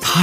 他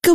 各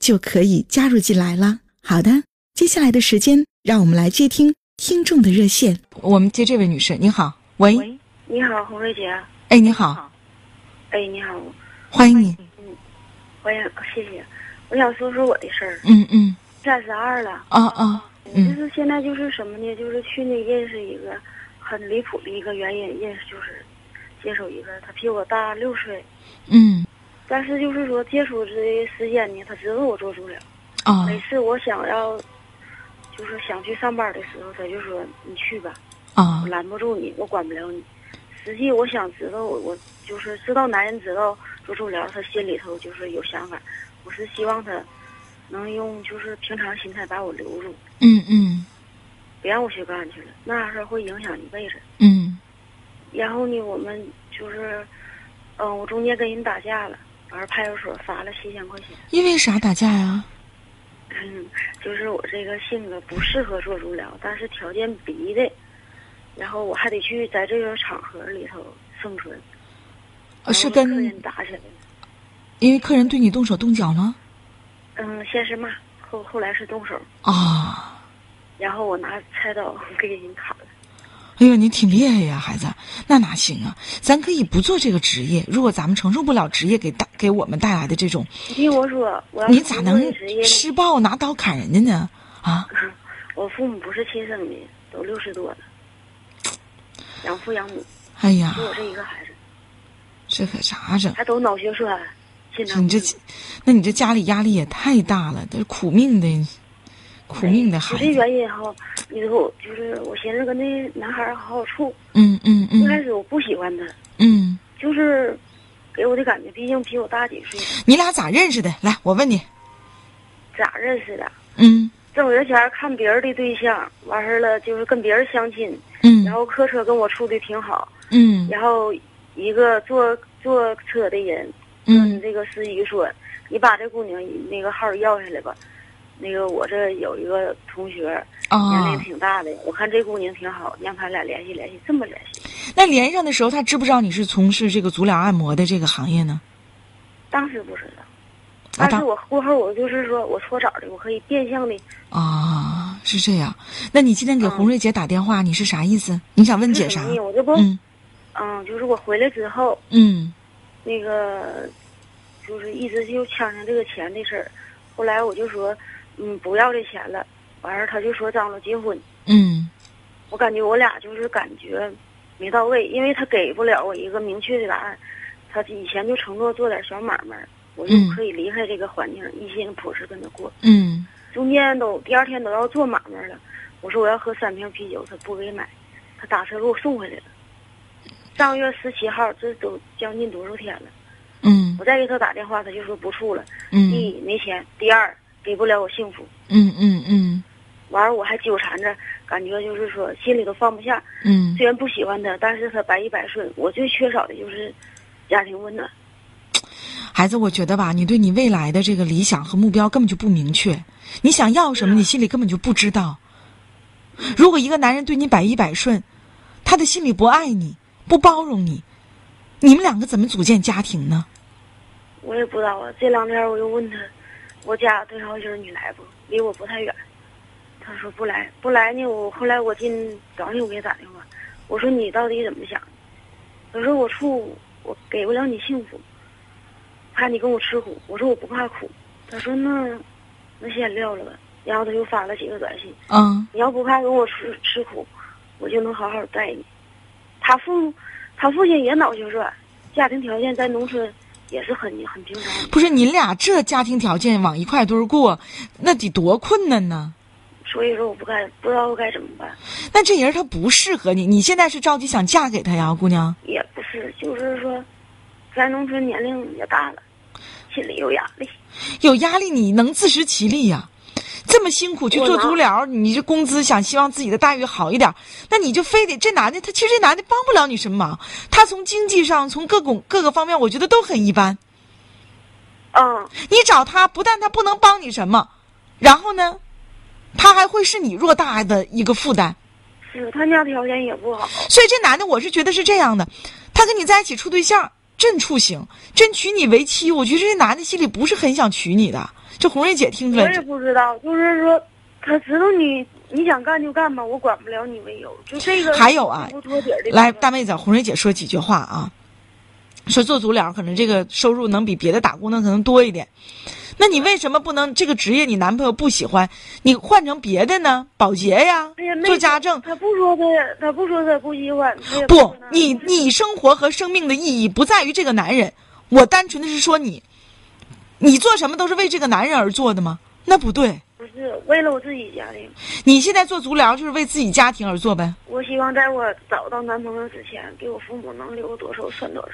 就可以加入进来了。好的，接下来的时间，让我们来接听听众的热线。我们接这位女士，你好，喂，喂，你好，洪瑞姐。哎，你好，哎，你好，欢迎你，我也谢谢。我想说说我的事儿，嗯嗯，三十二了，啊啊，就嗯是现在就是什么呢？就是去那认识一个很离谱的一个原因，认识就是接触一个，他比我大六岁，嗯但是就是说接触这时间呢，他知道我做不了。啊每次我想要，就是想去上班的时候，他就说你去吧，啊我拦不住你，我管不了你。实际我想知道，我我就是知道男人知道做足疗，他心里头就是有想法。我是希望他能用就是平常心态把我留住，嗯嗯别让我学干去了，那样式儿会影响一辈子。嗯然后呢，我们就是，嗯、我中间跟人打架了，完派出所罚了七千块钱。 因为啥打架呀？嗯，就是我这个性格不适合做足疗，但是条件逼的，然后我还得去在这个场合里头生存。呃是然后客人跟打起来了。因为客人对你动手动脚了？嗯，先是骂，后后来是动手，啊，然后我拿菜刀 给人砍了。哎呦，你挺厉害呀，孩子，那哪行啊？咱可以不做这个职业，如果咱们承受不了职业给带给我们带来的这种，你听我说，我要你是咋不能做这职业？施暴拿刀砍人家呢？啊，我父母不是亲生的，都六十多了，养父养母，哎呀就，我这一个孩子，这可啥整？还都脑血栓，你心脏这病。，那你这家里压力也太大了，这苦命的，苦命的孩我子这。原因哈，以后就是我寻思跟那男孩儿好好处。嗯嗯一开嗯始我不喜欢他，嗯，就是给我的感觉，毕竟比我大几岁，你俩咋认识的？来，我问你。咋认识的？嗯挣人钱儿看别人的对象，完事儿了就是跟别人相亲，嗯然后客车跟我处的挺好，嗯然后一个坐坐车的人跟嗯这个司仪说：“你把这姑娘那个号儿要下来吧，那个我这有一个同学年龄啊，挺大的，我看这姑娘挺好，让他俩联系联系，这么联系。那连上的时候，他知不知道你是从事这个足疗按摩的这个行业呢？当时不知道，啊但是我过后我就是说我搓澡的，我可以变相的啊，是这样。那你今天给嗯红瑞姐打电话，你是啥意思？你想问姐啥？我这不，嗯嗯，就是我回来之后，嗯那个就是一直就呛呛这个钱的事儿。后来我就说，嗯，不要这钱了。完事儿他就说张罗结婚。嗯我感觉我俩就是感觉没到位，因为他给不了我一个明确的答案。他以前就承诺做点小买卖儿，我就嗯可以离开这个环境，一心朴实跟他过。嗯中间都第二天都要做买卖儿了，我说我要喝三瓶啤酒，他不给买，他打车给我送回来了。上月十七号，这都将近多少天了？嗯我再给他打电话，他就说不处了。第嗯一没钱，第二给不了我幸福，嗯嗯嗯完了我还纠缠着，感觉就是说心里都放不下。嗯，虽然不喜欢他，但是他百依百顺。我最缺少的就是家庭温暖。孩子，我觉得吧，你对你未来的这个理想和目标根本就不明确，你想要什么，你心里根本就不知道。如果一个男人对你百依百顺，他的心里不爱你，不包容你，你们两个怎么组建家庭呢？我也不知道啊，这两天我又问他，我家对象就是你来不？离我不太远。他说不来，不来呢。我后来我今早上我给他打电话，我说你到底怎么想？他说我处我给不了你幸福，怕你跟我吃苦。我说我不怕苦。他说那那先撂了吧。然后他又发了几个短信，嗯你要不怕跟我吃吃苦，我就能好好待你。他父母，他父亲也脑血栓，家庭条件在农村也是很很平常，不是你俩这家庭条件往一块堆儿过，那得多困难呢？所以说我不该不知道该怎么办，那这人他不适合你，你现在是着急想嫁给他呀，姑娘？也不是就是说，在农村年龄也大了，心里有压力。有压力你能自食其力呀、这么辛苦去做足疗，你这工资想希望自己的待遇好一点，那你就非得这男的他其实这男的帮不了你什么忙，他从经济上从各种各个方面我觉得都很一般。嗯，你找他不但他不能帮你什么，然后呢，他还会是你偌大的一个负担。是他家条件也不好，所以这男的，我是觉得是这样的，他跟你在一起处对象，真处行，真娶你为妻，我觉得这男的心里不是很想娶你的。这红瑞姐听出我来，也不知道，就是说，他知道你你想干就干吧，我管不了你没有，就这个还有啊不托底儿的地方来，大妹子，红瑞姐说几句话啊。说做足疗，可能这个收入能比别的打工的可能多一点。那你为什么不能这个职业？你男朋友不喜欢，你换成别的呢？保洁呀哎呀，，做那家政，他不说他，他不说他不喜欢，他也不说，他你你生活和生命的意义不在于这个男人。我单纯的是说你，你做什么都是为这个男人而做的吗？那不对。不是为了我自己家庭，你现在做足疗就是为自己家庭而做呗。我希望在我找到男朋友之前，给我父母能留多少算多少。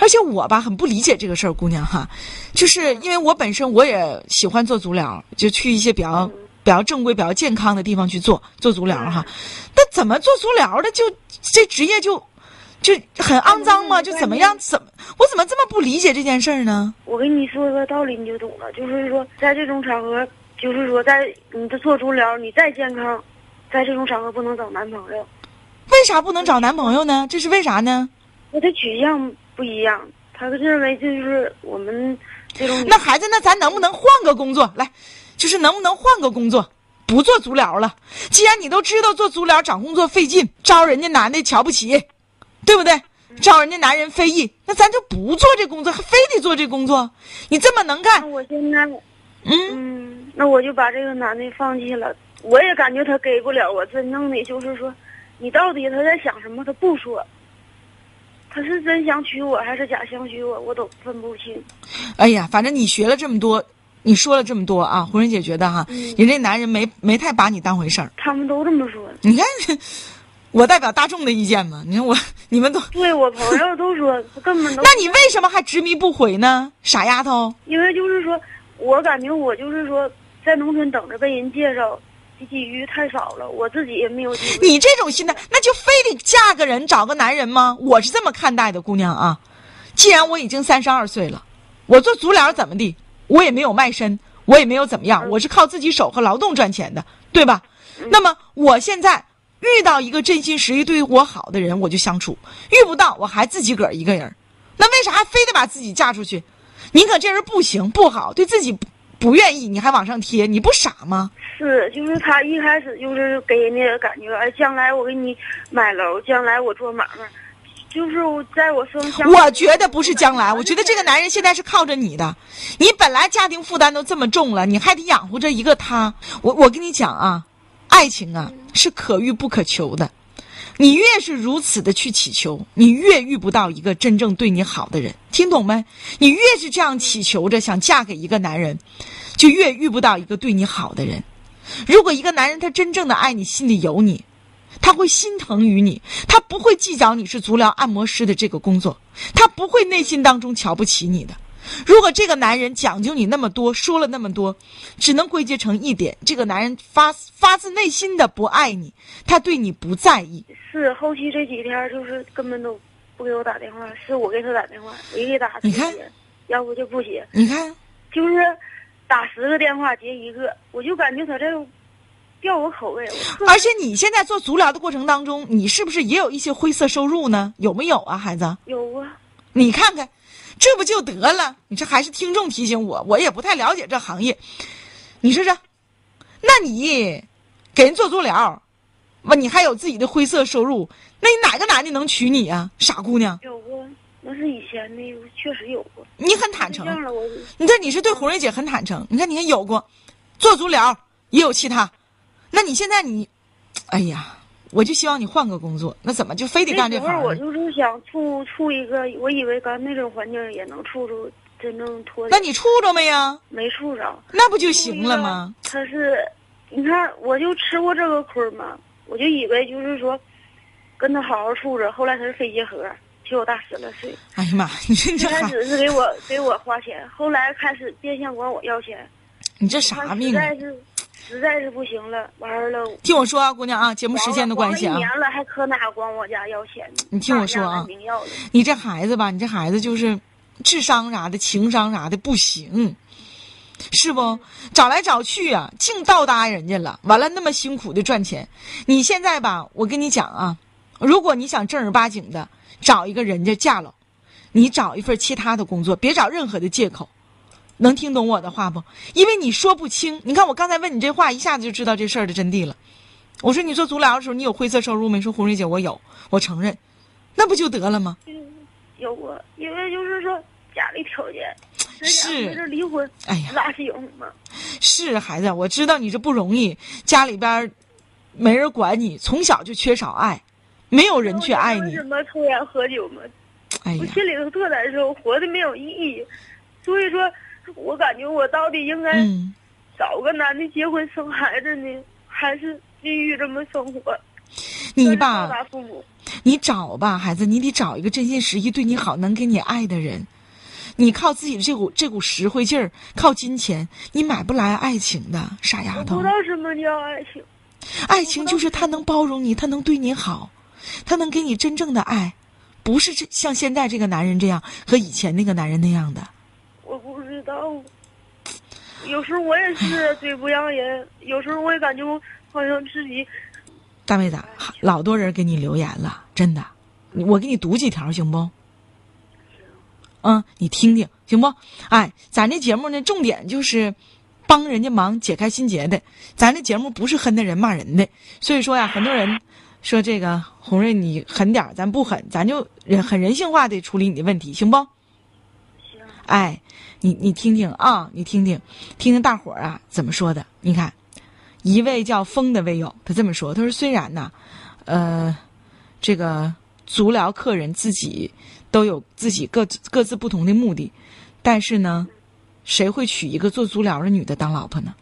而且我吧很不理解这个事儿，姑娘哈，就是因为我本身我也喜欢做足疗，就去一些比较比较正规、比较健康的地方去做做足疗哈。但怎么做足疗的就这职业就就很肮脏吗？就怎么样？怎么我怎么这么不理解这件事儿呢？我跟你说个道理你就懂了，就是说在这种场合，就是说在你的做足疗，你再健康，在这种场合不能找男朋友，为啥不能找男朋友呢？这是为啥呢？我的取向不一样，他认为就是我们这种女那孩子，那咱能不能换个工作？来，就是能不能换个工作，不做足疗了？既然你都知道做足疗找工作费劲，招人家男的瞧不起，对不对？招人家男人非议，那咱就不做这工作，还非得做这工作？你这么能那干，我现在嗯，嗯，那我就把这个男的放弃了。我也感觉他给不了我真正的，就是说，你到底他在想什么？他不说，他是真想娶我还是假想娶我，我都分不清。哎呀，反正你学了这么多，你说了这么多啊，胡人姐觉得哈，嗯人这男人没没太把你当回事儿。他们都这么说，你看，我代表大众的意见嘛，你看我，你们都对我朋友都说，他根本都那你为什么还执迷不悔呢？傻丫头，因为就是说，我感觉我就是说，在农村等着被人介绍，机遇太少了，我自己也没有机会。 你这种心态，那就非得嫁个人找个男人吗？我是这么看待的，姑娘啊。既然我已经三十二岁了，我做足疗怎么地，我也没有卖身，我也没有怎么样，我是靠自己手和劳动赚钱的，对吧？那么我现在遇到一个真心实意对我好的人，我就相处；遇不到，我还自己个儿一个人儿。那为啥还非得把自己嫁出去？宁可这人不行不好，对自己不不愿意，你还往上贴，你不傻吗？是，就是他一开始就是给人家感觉，哎，将来我给你买楼，将来我做买卖，就是我在我生相。我觉得不是将来，我觉得这个男人现在是靠着你的，你本来家庭负担都这么重了，你还得养活着一个他。我我跟你讲啊，爱情啊是可遇不可求的，你越是如此的去祈求，你越遇不到一个真正对你好的人，听懂没？你越是这样祈求着想嫁给一个男人，就越遇不到一个对你好的人。如果一个男人他真正的爱你，心里有你，他会心疼于你，他不会计较你是足疗按摩师的这个工作，他不会内心当中瞧不起你的。如果这个男人讲究你那么多，说了那么多，只能归结成一点：这个男人发发自内心的不爱你，他对你不在意。是后期这几天就是根本都不给我打电话，是我给他打电话，我一给打你看接，要不就不接，你看，就是打十个电话接一个，我就感觉他这吊我口味，我特而且你现在做足疗的过程当中，你是不是也有一些灰色收入呢？有没有啊，孩子？有啊，你看看，这不就得了？你这还是听众提醒我，我也不太了解这行业。你说这，那你给人做足疗，完你还有自己的灰色收入，那你哪个男的能娶你啊？傻姑娘，有啊，那是以前的，确实有过。你很坦这诚，样了，我你看你是对红瑞姐很坦诚。你看你看有过，做足疗也有其他，那你现在你，哎呀，我就希望你换个工作，那怎么就非得那干时这候我行呢？就是想处处一个，我以为干那种环境也能处出真正脱离，那你处着没呀？没处着。那不就行了吗？？他是，你看我就吃过这个亏儿嘛，我就以为就是说，跟他好好处着，后来他是肺结核，结果大十来 岁。哎呀妈，呀，你这一这开孩始是给我给我花钱，后来开始变相管我要钱，你这他啥实命啊在？是实在是不行了，完了。听我说啊，姑娘啊，节目光时间的关系啊。一年了还搁哪管我家要钱呢？你听我说啊大家明要了你这孩子吧，你这孩子就是智商啥的、情商啥的不行，是不？找来找去啊，净倒搭人家了。完了，那么辛苦的赚钱，你现在吧，我跟你讲啊，如果你想正儿八经的找一个人家嫁了，你找一份其他的工作，别找任何的借口。能听懂我的话不？因为你说不清。你看我刚才问你这话，一下子就知道这事儿的真谛了。我说你做足疗的时候，你有灰色收入没？说红瑞姐，我有，我承认，那不就得了吗？有过，因为就是说家里条件，是这离婚，哎呀拉起有嘛，是啊孩子，我知道你这不容易，家里边儿没人管你，从小就缺少爱，没有人去爱你什。么抽烟喝酒嘛，哎我呀，心里头特难受，活的没有意义，所以说，我感觉我到底应该嗯，找个男的结婚生孩子呢，还是继续这么生活？你报吧，答父母，你找吧，孩子，你得找一个真心实意对你好、能给你爱的人。你靠自己的这股这股实惠劲儿，靠金钱，你买不来爱情的，傻我丫不头知。道什么叫爱情。爱情就是他能包容你，他能对你好，他能给你真正的爱，不是这像现在这个男人这样和以前那个男人那样的。我不知道，有时候我也是嘴不让人，有时候我也感觉我好像自己大妹子，啊老多人给你留言了，真的，你我给你读几条行不？嗯，你听听行不？哎，咱这节目呢，重点就是帮人家忙，解开心结的。咱这节目不是狠的人骂人的，所以说呀，很多人说这个红瑞你狠点儿，咱不狠，咱就人很人性化的处理你的问题，行不？行。哎，你你听听啊，你听听，听听大伙儿啊怎么说的。你看，一位叫风的微友，他这么说，他说虽然呢，呃，这个足疗客人自己都有自己各自各自不同的目的，但是呢，谁会娶一个做足疗的女的当老婆呢？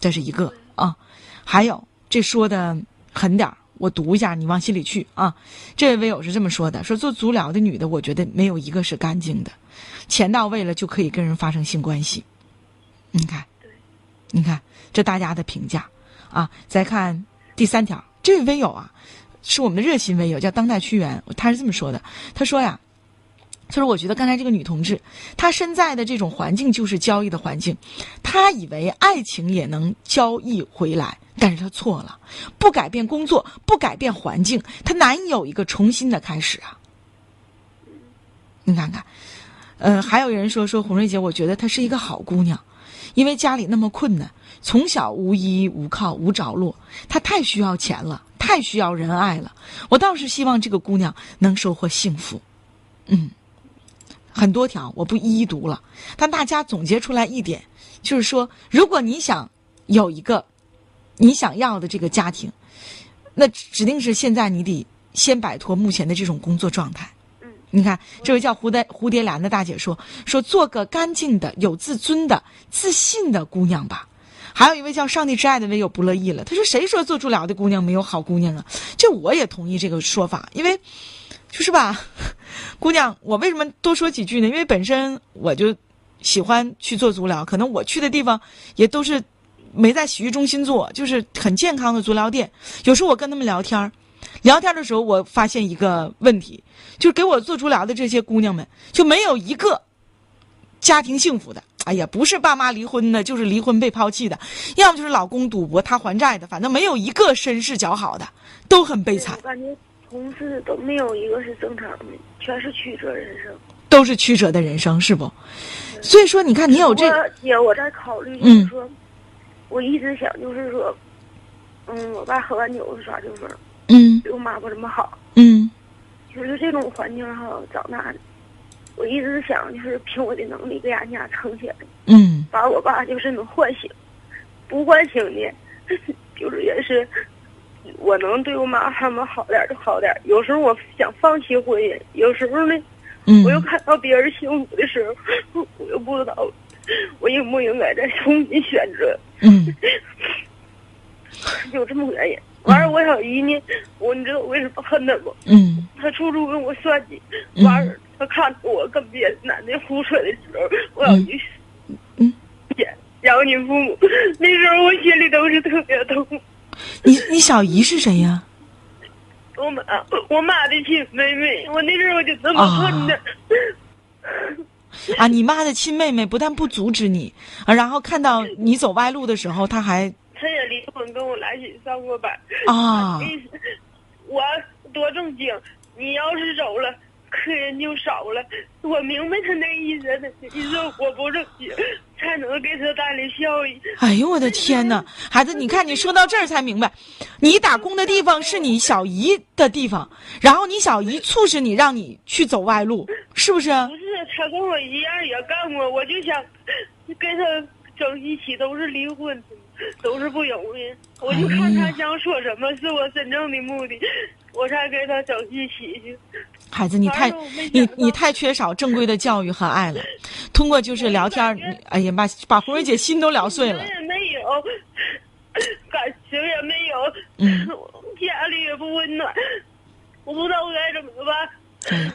这是一个啊，还有这说的狠点儿。我读一下，你往心里去啊。这位微友是这么说的：说做足疗的女的，我觉得没有一个是干净的。钱到位了就可以跟人发生性关系。你看，你看这大家的评价啊。再看第三条，这位微友啊，是我们的热心微友，叫当代屈原，他是这么说的：他说呀，他说我觉得刚才这个女同志，她身在的这种环境就是交易的环境，她以为爱情也能交易回来。但是她错了，不改变工作，不改变环境，她难以有一个重新的开始啊！你看看，呃，还有人说说红瑞姐，我觉得她是一个好姑娘，因为家里那么困难，从小无依无靠无着落，她太需要钱了，太需要人爱了。我倒是希望这个姑娘能收获幸福。嗯，很多条我不一一读了，但大家总结出来一点，就是说，如果你想有一个你想要的这个家庭，那指定是现在你得先摆脱目前的这种工作状态。你看，这位叫蝴蝶蝴蝶兰的大姐说说，做个干净的、有自尊的、自信的姑娘吧。还有一位叫上帝之爱的微友不乐意了，他说：“谁说做足疗的姑娘没有好姑娘啊？”这我也同意这个说法，因为就是吧， 姑娘，我为什么多说几句呢？因为本身我就喜欢去做足疗，可能我去的地方也都是没在洗浴中心做，就是很健康的足疗店。有时候我跟他们聊天儿，聊天的时候我发现一个问题，就是给我做足疗的这些姑娘们，就没有一个家庭幸福的。哎呀，不是爸妈离婚的，就是离婚被抛弃的，要么就是老公赌博他还债的，反正没有一个身世较好的，都很悲惨我。感觉同事都没有一个是正常的，全是曲折人生。都是曲折的人生，是不？所以说，你看，你有这，嗯我姐，我在考虑，就是说，我一直想，就是说，嗯，我爸喝完酒耍酒疯，嗯对我妈不怎么好，嗯就是这种环境哈，长大的，我一直想就是凭我的能力给俺家撑起来，嗯把我爸就是能唤醒，不唤醒的， 就是也是我能对我妈他们好点儿就好点儿。有时候我想放弃婚姻，有时候呢，嗯我又看到别人幸福的时候，我又不知道我应不应该再重新选择。嗯就这么个原因。完了，我小姨呢，我你知道我为什么恨她不？嗯她处处跟我算计，嗯完了她看我跟别的男的胡扯的时候，我小姨，嗯，养你父母，那时候我心里都是特别痛。你你小姨是谁呀、我妈，我妈的亲妹妹，我那时候就这么恨她。啊，你妈的亲妹妹不但不阻止你，啊然后看到你走歪路的时候，她还她也离婚，跟我来起上过班。啊， 我多正经，你要是走了，客人就少了。我明白他那意思，他意思我不正经，才能给他带来效益。哎呦我的天哪，孩子，你看你说到这儿才明白，你打工的地方是你小姨的地方，然后你小姨促使你让你去走歪路，是不是？啊不是，他跟我一样也干过，我就想跟他整一起，都是离婚，都是不容易。我就看他想说什么是我真正的目的，我才跟他整一起去。孩子，你太反正我哎没你想到你太缺少正规的教育和爱了，通过就是聊天 儿，你哎呀妈，把红蕊姐心都聊碎了感，情也没有，感情也没有，嗯家里也不温暖，我不知道我该怎么办。真的。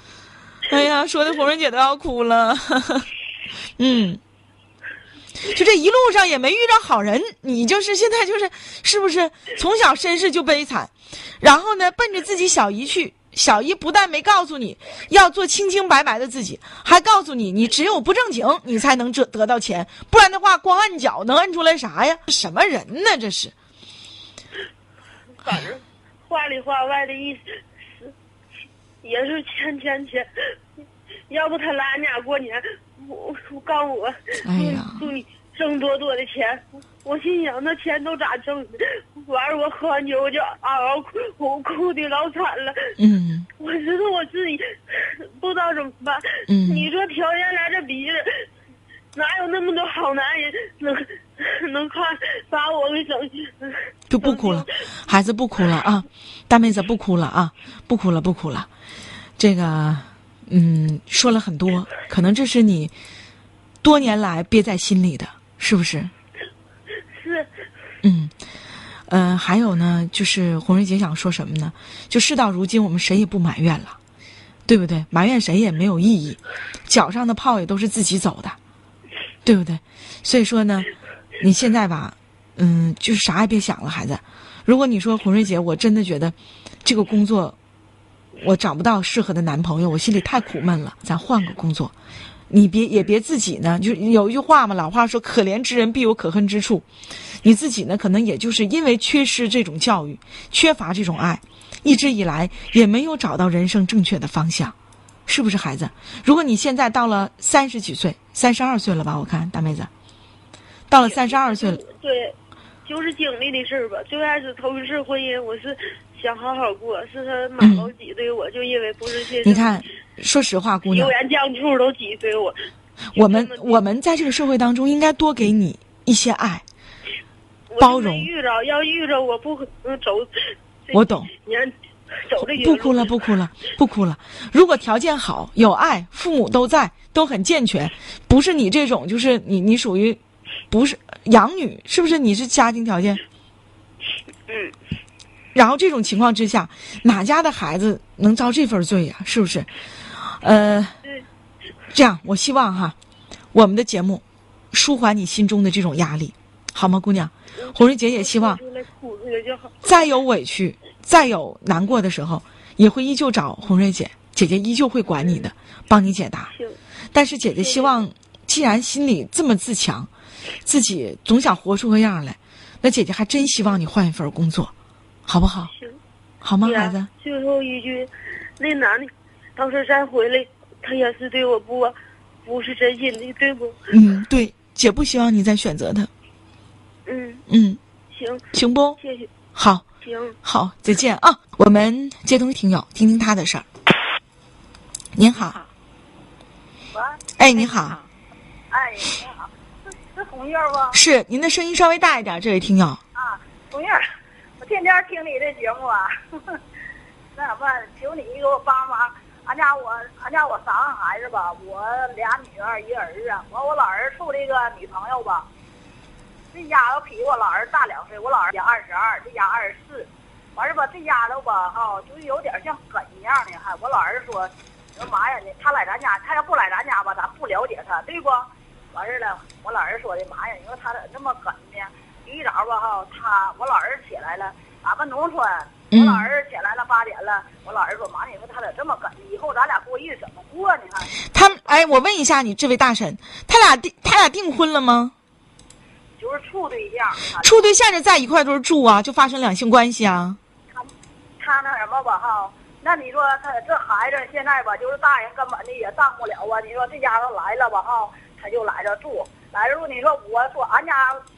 哎呀，说的红蕊姐都要哭了， 嗯。就这一路上也没遇着好人，你就是现在就是是不是从小身世就悲惨，然后呢奔着自己小姨去，小姨不但没告诉你要做清清白白的自己，还告诉你你只有不正经你才能这得到钱，不然的话光按脚能按出来啥呀？什么人呢这是？反正话里话外的意思是，也是钱钱钱。要不他来俺家过年，我我告我，哎呀祝你挣多多的钱。我心想那钱都咋挣的？完了我喝完酒我就嗷嗷哭，我哭的老惨了。嗯 我知道我自己不知道怎么办。嗯你说条件来这逼着，哪有那么多好男人能能看把我给整？就不哭了，孩子不哭了啊，大妹子不哭了啊，不哭了不哭了，这个嗯说了很多，可能这是你多年来憋在心里的，是不是？是，嗯，呃，还有呢，就是红瑞姐想说什么呢？就事到如今，我们谁也不埋怨了，对不对？埋怨谁也没有意义，脚上的泡也都是自己走的，对不对？所以说呢，你现在吧，嗯，就是啥也别想了，孩子。如果你说红瑞姐，我真的觉得这个工作我找不到适合的男朋友，我心里太苦闷了，咱换个工作。你别也别自己呢，就有一句话嘛，老话说“可怜之人必有可恨之处”，你自己呢，可能也就是因为缺失这种教育，缺乏这种爱，一直以来也没有找到人生正确的方向，是不是孩子？如果你现在到了三十几岁，三十二岁了吧？我看大妹子，到了三十二岁了，对，就是经历的事儿吧。最开始头一次婚姻，我是想好好过，是他马老几对我，就因为不是亲生，嗯你看，说实话，姑娘油，盐酱醋都挤兑我。我们这么我们在这个社会当中应该多给你一些爱，我就包容没遇着，要遇着我不可能走。我懂。你看，走这一不路哭了，不哭了，不哭了。如果条件好，有爱，父母都在，都很健全，不是你这种，就是你你属于不是养女，是不是？你是家庭条件，嗯。然后这种情况之下，哪家的孩子能遭这份罪呀、是不是？呃，这样，我希望哈，我们的节目舒缓你心中的这种压力，好吗，姑娘？红瑞姐也希望出来哭出来就好。再有委屈，再有难过的时候，也会依旧找红瑞姐，姐姐依旧会管你的，帮你解答。行，但是姐姐希望，既然心里这么自强，自己总想活出个样儿来，那姐姐还真希望你换一份工作，好不好？行。好吗，对孩呀，子？最后一句，那男的当时再回来，他也是对我不不是真心的，对不？嗯，对，姐不希望你再选择他。嗯，嗯，行，行不？谢谢，好，行。好，再见啊！我们接通听友，听听他的事儿。您好，哎，你好，哎，你好，是是红月儿不？是您的声音稍微大一点，这位听友。啊，红月儿，我天天听你的节目啊， 那咋办？求你给我帮忙。俺家我俺家我三个孩子吧，我俩女儿一个儿子，完我老儿处了一个女朋友吧，这丫头比我老儿大两岁，我老儿也二十二，这丫二十四，完事吧这丫头吧哈、就是有点像梗一样的，还我老儿说，我说妈呀，你她来咱家，她要不来咱家吧，咱不了解她，对不？完事了，我老儿说的，妈呀，你说她咋那么梗呢？一早吧哈，她我老儿起来了，俺们农村，我老儿起来了八点了，我老儿说妈，你说她咋这么梗？以后咱俩过日子怎么过呢？还他们哎，我问一下你，这位大神，他俩订他俩订婚了吗？就是处对象，啊处对象就在一块儿都是住啊，就发生两性关系啊？他他那什么吧哈，那你说他这孩子现在吧，就是大人根本的也当不了啊。你说这家伙来了吧哈，他就来这住，来这住。你说我说俺家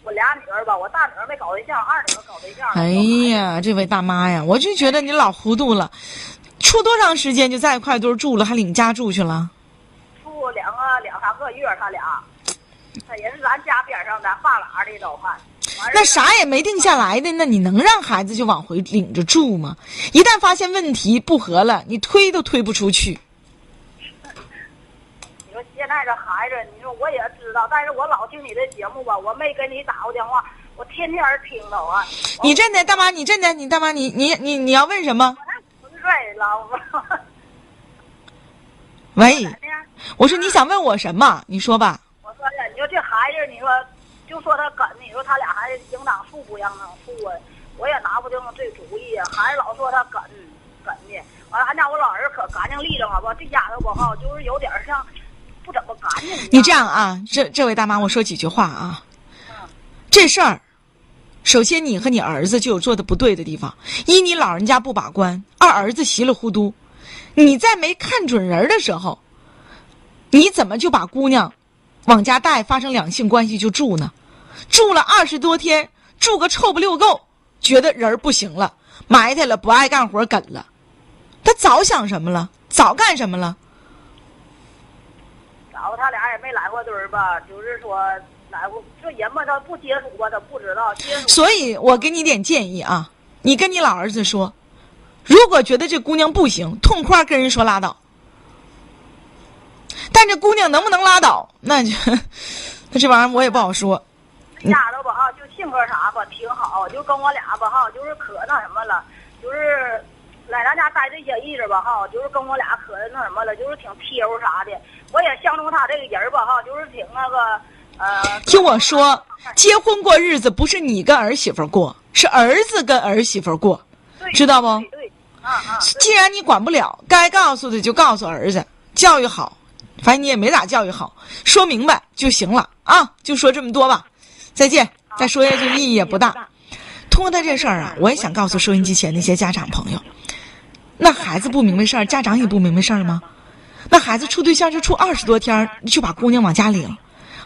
我俩女儿吧，我大女儿没搞对象，二女儿搞对象。哎呀，这位大妈呀，我就觉得你老糊涂了，处多长时间就在一块儿都是住了，还领家住去了？住两个两三个月，他俩，他也是咱家边上咱半拉的都还。完事儿那啥也没定下来的，那你能让孩子就往回领着住吗？一旦发现问题不合了，你推都推不出去。你说现在这孩子，你说我也知道，但是我老听你的节目吧，我没跟你打过电话，我天天儿听着啊。你真的大妈，你真的你大妈，你你你你要问什么？我是帅老婆， 喂，咋的呀？我说你想问我什么？你说吧。我说呀，你说这孩子，你说就说他梗，你说他俩孩子营长处不让他处啊，我也拿不定这主意啊。孩子老说他梗梗的，完了俺家我老儿可干净利落了吧，这丫头我哈就是有点像不怎么干净一样。你这样啊，这这位大妈，我说几句话啊。这事儿，首先你和你儿子就有做的不对的地方：一，你老人家不把关；二，儿子稀里糊涂。你在没看准人儿的时候，你怎么就把姑娘往家带，发生两性关系就住呢？住了二十多天，住个臭不溜够，觉得人儿不行了，埋汰了，不爱干活，梗了。他早想什么了？早干什么了？然后他俩也没来过堆儿吧，就是说来过这人嘛，他不接触吧，他不知道接触。所以我给你点建议啊，你跟你老儿子说，如果觉得这姑娘不行，痛快跟人说拉倒。但这姑娘能不能拉倒，那就 那这玩意儿我也不好说。这丫头吧哈，就性格啥吧挺好，就跟我俩吧哈，就是可那什么了，就是来咱家待这些日子吧哈，就是跟我俩可那什么了，就是挺贴乎啥的。我也相中她这个人儿吧哈，就是挺那个呃。听我说，结婚过日子不是你跟儿媳妇儿过，是儿子跟儿媳妇儿过。对知道不对对，啊啊，既然你管不了，该告诉的就告诉儿子，教育好，反正你也没咋教育好，说明白就行了啊。就说这么多吧，再见。再说下去意义也不大。通过他这事儿啊，我也想告诉收音机前那些家长朋友，那孩子不明白事儿，家长也不明白事儿吗？那孩子处对象就处二十多天儿，就把姑娘往家领，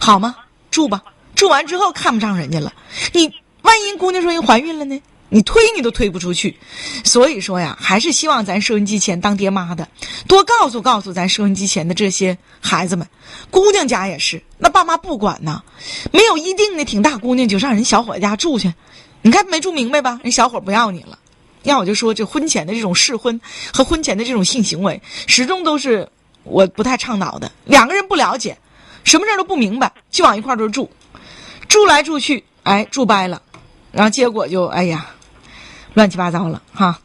好吗？住吧，住完之后看不上人家了，你万一姑娘说人怀孕了呢？你推你都推不出去，所以说呀，还是希望咱收音机前当爹妈的多告诉告诉咱收音机前的这些孩子们，姑娘家也是，那爸妈不管呐，没有一定的挺大姑娘就上人小伙家住去，你看没住明白吧？人小伙不要你了。要我就说，这婚前的这种试婚和婚前的这种性行为，始终都是我不太倡导的。两个人不了解，什么事儿都不明白，就往一块儿都住，住来住去，哎，住掰了，然后结果就哎呀，乱七八糟了哈。